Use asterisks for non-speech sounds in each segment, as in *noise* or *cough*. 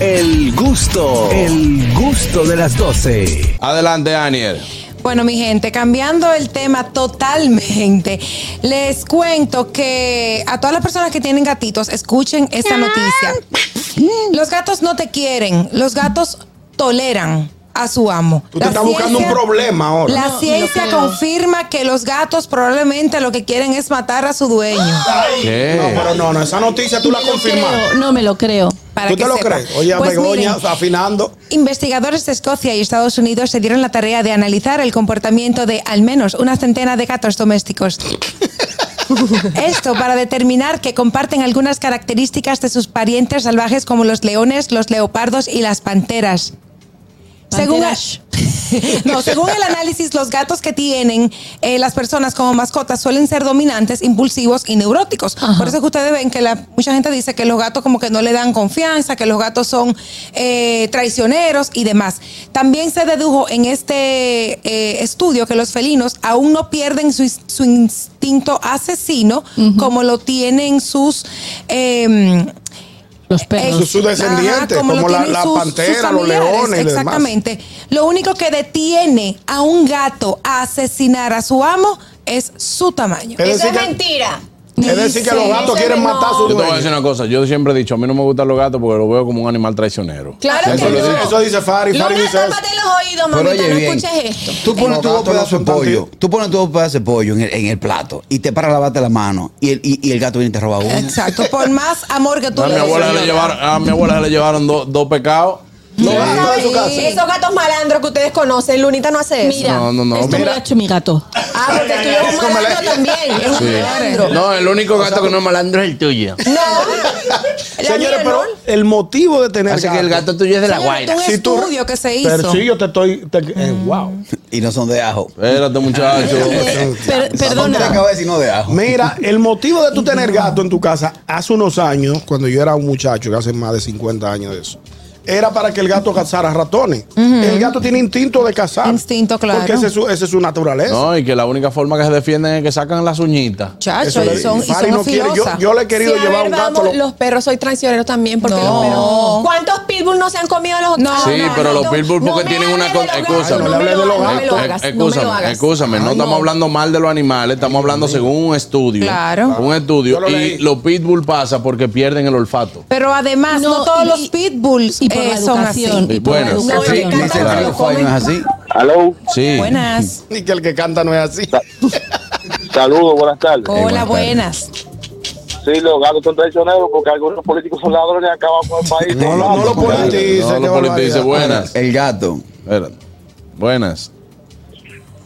El gusto, el gusto de las 12. Adelante, Daniel. Bueno, mi gente, cambiando el tema totalmente, les cuento que a todas las personas que tienen gatitos, escuchen esta Ah. noticia. Los gatos no te quieren, los gatos toleran a su amo. Tú te estás buscando un problema ahora. La No, ciencia yo creo. confirma que los gatos probablemente lo que quieren es matar a su dueño. ¿Qué? No, pero no, no, esa noticia tú la Me lo confirmas. creo, No me lo creo. Para ¿Tú que te lo sepa. crees? Oye, Pues Begoña, miren, afinando. Investigadores de Escocia y Estados Unidos se dieron la tarea de analizar el comportamiento de al menos una centena de gatos domésticos. Esto para determinar que comparten algunas características de sus parientes salvajes como los leones, los leopardos y las panteras. Según, Panteras. *laughs* no, según el análisis, los gatos que tienen eh, las personas como mascotas suelen ser dominantes, impulsivos y neuróticos. Ajá. Por eso que ustedes ven que la, mucha gente dice que los gatos como que no le dan confianza, que los gatos son eh, traicioneros y demás. También se dedujo en este eh, estudio que los felinos aún no pierden su, is- su instinto asesino como lo tienen sus... em, Los perros. Sus- sus Ajá, descendientes, como, lo la, tienen la sus- pantera, sus los familiares, leones y demás. Exactamente. Lo único que detiene a un gato a asesinar a su amo es su tamaño. Es Eso decir, es que, mentira. es decir que los Sí, gatos sí, quieren no. matar a Yo su te voy a decir dueño. una cosa. Yo siempre he dicho, a mí no me gustan los gatos porque los veo como un animal traicionero. Claro Eso, que lo no. dice, eso dice Fari, Los Fari gatos dice eso. maten los oídos, Pero mamita, oye no bien, escuches esto. tú pones Los tu dos gatos no pedazos son de tan pollo, tíos. tú pones tu dos pedazos de pollo en el, en el plato y te paras a lavarte la mano y, el- y- y el gato viene y te roba uno. Exacto. Por más amor que tú A mi le des. abuela le llevaron, a mi abuela le llevaron dos dos pecados. Los gatos de su casa. Sí. Esos gatos malandros que ustedes conocen, Lunita no hace eso. Mira, No, no, no, esto me lo mira. ha hecho mi gato. Ah, porque tú eres un Eso me la- malandro también. Es un Sí. malandro. No, el único gato que no es malandro es el tuyo. No. La Señores, mía pero no. el motivo de tener Así que el gato tuyo es de la guaira. Un Si tú- estudio que se hizo. Mm. Pero sí, yo te estoy... te- eh, wow. Y no son de ajo. Espérate, *laughs* muchacho. Eh, per- Son de perdona. cabeza y no de ajo. Mira, el motivo de tú tener gato en tu casa hace unos años, cuando yo era un muchacho, que hace más de 50 años de eso, era para que el gato cazara ratones. El gato tiene instinto de cazar. Instinto, claro. Porque esa es su, esa es su naturaleza. No, y que la única forma que se defienden es que sacan las uñitas. Chacho, Eso le- y son, y Fari son no quiere. Yo, filosas. yo le he querido Sí, a llevar ver, un gato. vamos, lo- Los perros soy traicioneros también porque No. los perros. ¿Cuántos pitbull no se han comido los No. a los Sí, gatitos? pero los pitbull Ah, No porque me tienen hables una de los con- gatos, excusa, no no le hables me de lo los hagas, no me lo gatos. Eh, hagas, no me Escúchame, lo hagas. escúchame, no Ay, estamos hablando mal de los animales, estamos hablando según un estudio. Claro. Un Yo estudio. lo leí. Y los pitbull pasa porque pierden el olfato. Pero además, no, No, todos y- los pitbulls y por la eh, son así. educación. Y por Bueno, la sí, educación. sí, Dice el claro. trío Fay, no es así. Aló, Sí. Buenas. Ni que el que canta no es así. saludos, buenas tardes. Hola, buenas tardes. buenas. Sí, los gatos son traicioneros porque algunos políticos son ladrones y acaban con el país. No, lo- no lo politice. No qué lo politice. barbaridad. Buenas. El gato. Espérate. Buenas.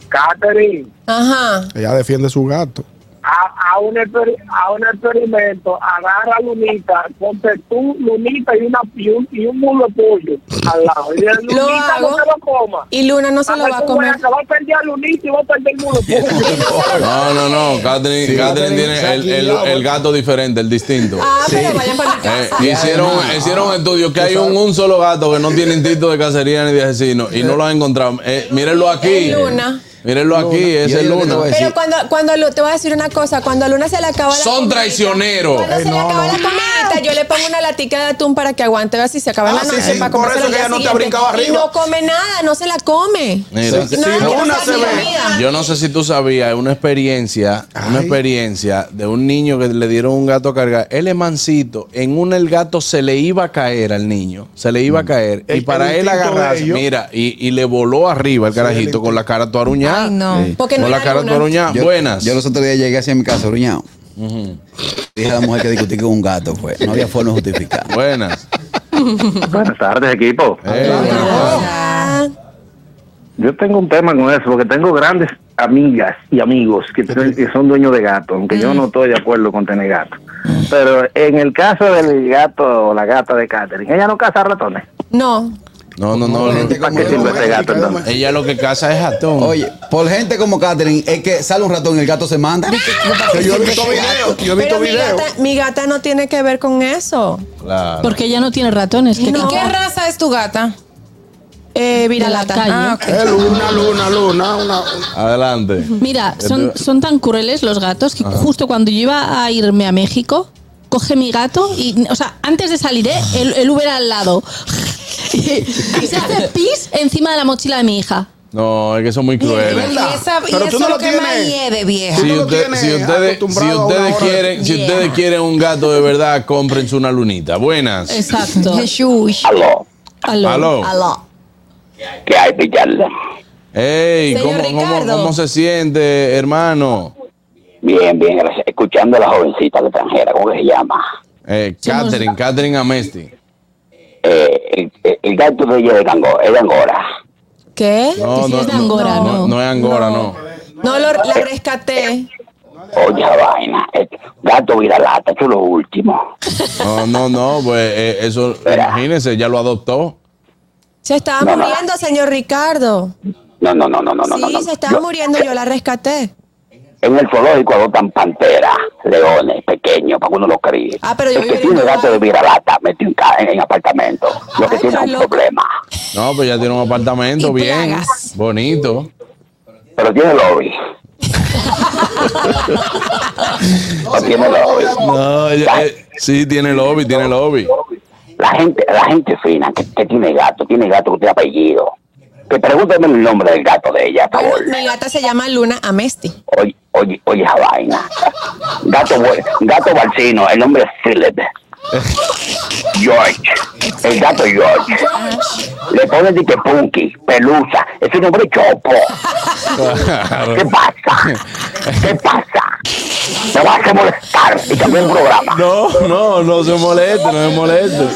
Catherine, Ajá. Ella defiende su gato. a, a, un, exper- a un experimento, agarra a Lunita, ponte tú, Lunita y, una, y, un, y un mulo de pollo al lado. *laughs* Y el Lo Lunita hago. no se lo coma. Y Luna no se Ah, lo va a comer. pues, Se va a perder a Lunita y va a perder el mulo de *laughs* pollo. No, no, no. Catherine, Sí, Catherine Catherine tiene el, el- Jackie, el gato diferente, el distinto. Ah, pero vayan para mi Eh, casa. hicieron, hicieron estudios que hay un, un solo gato que no tiene instinto de cacería ni de asesino y no lo han encontrado. Eh, mírenlo aquí. Es Luna. Mírenlo aquí, Y ese es ahí lo que te voy a Luna. Pero Sí. cuando, cuando Lu- te voy a decir una cosa, cuando a Luna se le acaba la Son comidita, traicioneros. Cuando Ey, se no, le acaba no. la comidita, yo le pongo una latica de atún para que aguante a ver si se acaba en Ah, la sí, noche sí, para por comerse eso al que día ella no te siguiente. brincaba Y arriba. no come nada, no se la come. Mira. Sí, No, sí, no, Luna no, se no, ve. comida. Yo no sé si tú sabías una experiencia, una Ay. experiencia de un niño que le dieron un gato a cargar. Él es mansito, en una el gato se le iba a caer al niño, se le iba a caer. Mm. El- y para el él instinto de agarrarse, ellos. mira, y, y le voló arriba el carajito instinto. con la cara toaruñada. Ay, no. Sí. Porque no con la era cara Luna. toaruñada. Yo- Buenas. Yo los otros días llegué hacia mi casa, bruñado. Dije a la mujer que discutí con un gato, pues. No había forma de justificar. Buenas. *laughs* Buenas tardes, equipo. Eh, Yo tengo un tema con eso, porque tengo grandes amigas y amigos que, ten- que son dueños de gatos, aunque Mm. yo no estoy de acuerdo con tener gato. Pero en el caso del gato o la gata de Catherine, ella no caza ratones. No. No, no, no. no. Gente ¿Para como- qué sirve este gato entonces? Ella lo que caza es atón. Oye, por gente como Catherine, es que sale un ratón y el gato se manda. Que yo he visto videos. Yo he visto Pero mi videos. gata, mi gata no tiene que ver con eso. Claro. Porque ella no tiene ratones. ¿Qué ¿Y No. qué raza es tu gata? Eh, De la viralata. calle. Ah, ok. Eh, luna, luna, luna. Una, una- Adelante. Mira, son, Entonces- son tan crueles los gatos que justo cuando yo iba a irme a México, coge mi gato y, o sea, antes de salir, ¿eh? el, el Uber al lado. *laughs* y, y se hace pis encima de la mochila de mi hija. No, es que son muy Y, crueles. verdad. esa- y Pero tú eso no es lo lo que más tienes. hiede, vieja. Tú Si, no lo usted- tienes si ustedes, si acostumbrado a una ustedes hora de- quieren, si Yeah. ustedes quieren un gato de verdad, cómprense una lunita. Buenas. Exacto. Jesús. Aló, Aló. Aló. Aló. ¿qué hay, Villalda? Ey, ¿cómo, Señor cómo- Ricardo. cómo se siente, hermano? Bien, bien, gracias. Escuchando a la jovencita la extranjera, ¿cómo que se llama? Eh, Somos- Catherine, Catherine Amesti. Eh, el, el- el gato de ella de Angora, es de Angora. ¿Qué? No, si no, es de no, Angora, no, no. no es Angora, no. No, lo- la rescaté. Oye, esa vaina. el gato viralata, eso es lo último. No, no, no, pues eh, eso, imagínense, ya lo adoptó. Se estaba muriendo, señor Ricardo. No, no, no, no, no, no, no. Sí, no. se estaba Yo- muriendo, yo la rescaté. En el zoológico adoptan panteras, leones, pequeños, para que uno los críe. Ah, pero yo El que vivo en tiene Nueva gato de York. viralata, metido en, ca- en, en apartamento. Lo que Ay, tiene qué es un loco. problema. No, pues ya tiene un apartamento Y bien, plagas. bonito. Pero *laughs* tiene lobby. no tiene lobby. No, ya- eh, sí, tiene lobby, tiene *laughs* lobby. La gente, la gente fina que, que tiene gato, tiene gato que tiene apellido. Que pregúntame el nombre del gato de ella, por Bueno, favor. mi gata se llama Luna Amesti. Oye, oye, oye esa vaina. Gato, bu- gato balsino, el nombre es Philip. George, el gato George. Le ponen de que Punky, Pelusa, ese nombre es Chopo. Claro. ¿Qué pasa? ¿Qué pasa? Me vas a molestar y cambié el programa. No, no, no se moleste, no se moleste.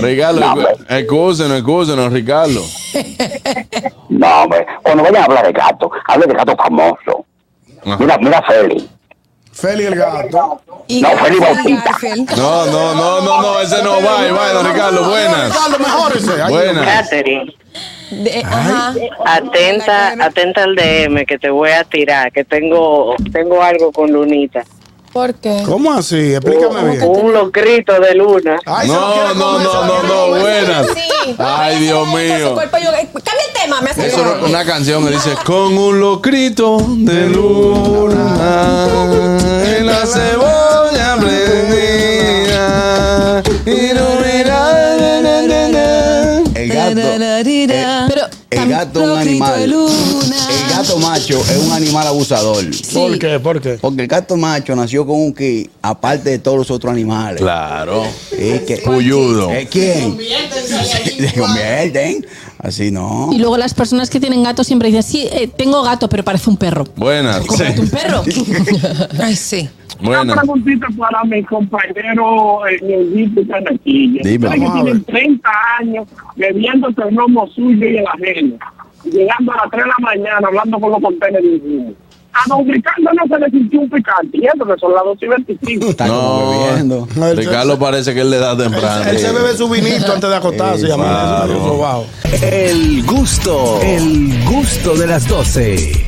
Ricardo, No, escu- excúsenos, excúsenos, Ricardo. No, hombre, cuando vayan a hablar de gato, hablen de gato famoso. Mira, mira Feli. Feli el gato. Y No, Feli Garfield, Bautista. Garfield. No, no, no, no, no, ese no va, va, don Ricardo, buenas. Ricardo, mejórese. Ay, Buenas. Catherine, De- ajá. atenta, atenta al DM que te voy a tirar, que tengo, tengo algo con Lunita. ¿Por qué? ¿Cómo así? Explícame bien. Un locrito de Luna. Ay, se lo No, quiere no, comer, se no, lo no, quiere no, comer. buenas. Sí. Ay, Dios Con su mío. cuerpo yo- eh, Cambia el tema, me hace Eso llorar. era una canción que dice Con un locrito de luna En la cebolla prendida Y no mirá, na, na, na, na. El gato, Eh, Pero el gato es un animal. El gato macho es un animal abusador. ¿Por qué? ¿Por qué? Porque el gato macho nació con un ki, aparte de todos los otros animales. Claro Es que, Cuyudo ¿Es quién? *laughs* Se convierten. Así no. Y luego las personas que tienen gato siempre dicen, sí, eh, tengo gato, pero parece un perro. Buenas Cómprate un perro. Ay, sí. Buenas Una preguntita para mi compañero eh, Neudito Canaquilla. Dime. Ustedes que tienen 30 años bebiéndose el romo suyo y el ajeno, llegando a las 3 de la mañana hablando con los contenedores. A don Ricardo no se le sintió un picante, y eso que son las 2 y 25. Está como No bebiendo. No, él se- Ricardo parece que él le da temprano Él se bebe su vinito antes de acostarse y a mí me claro. eso bajo. El gusto, el gusto de las doce.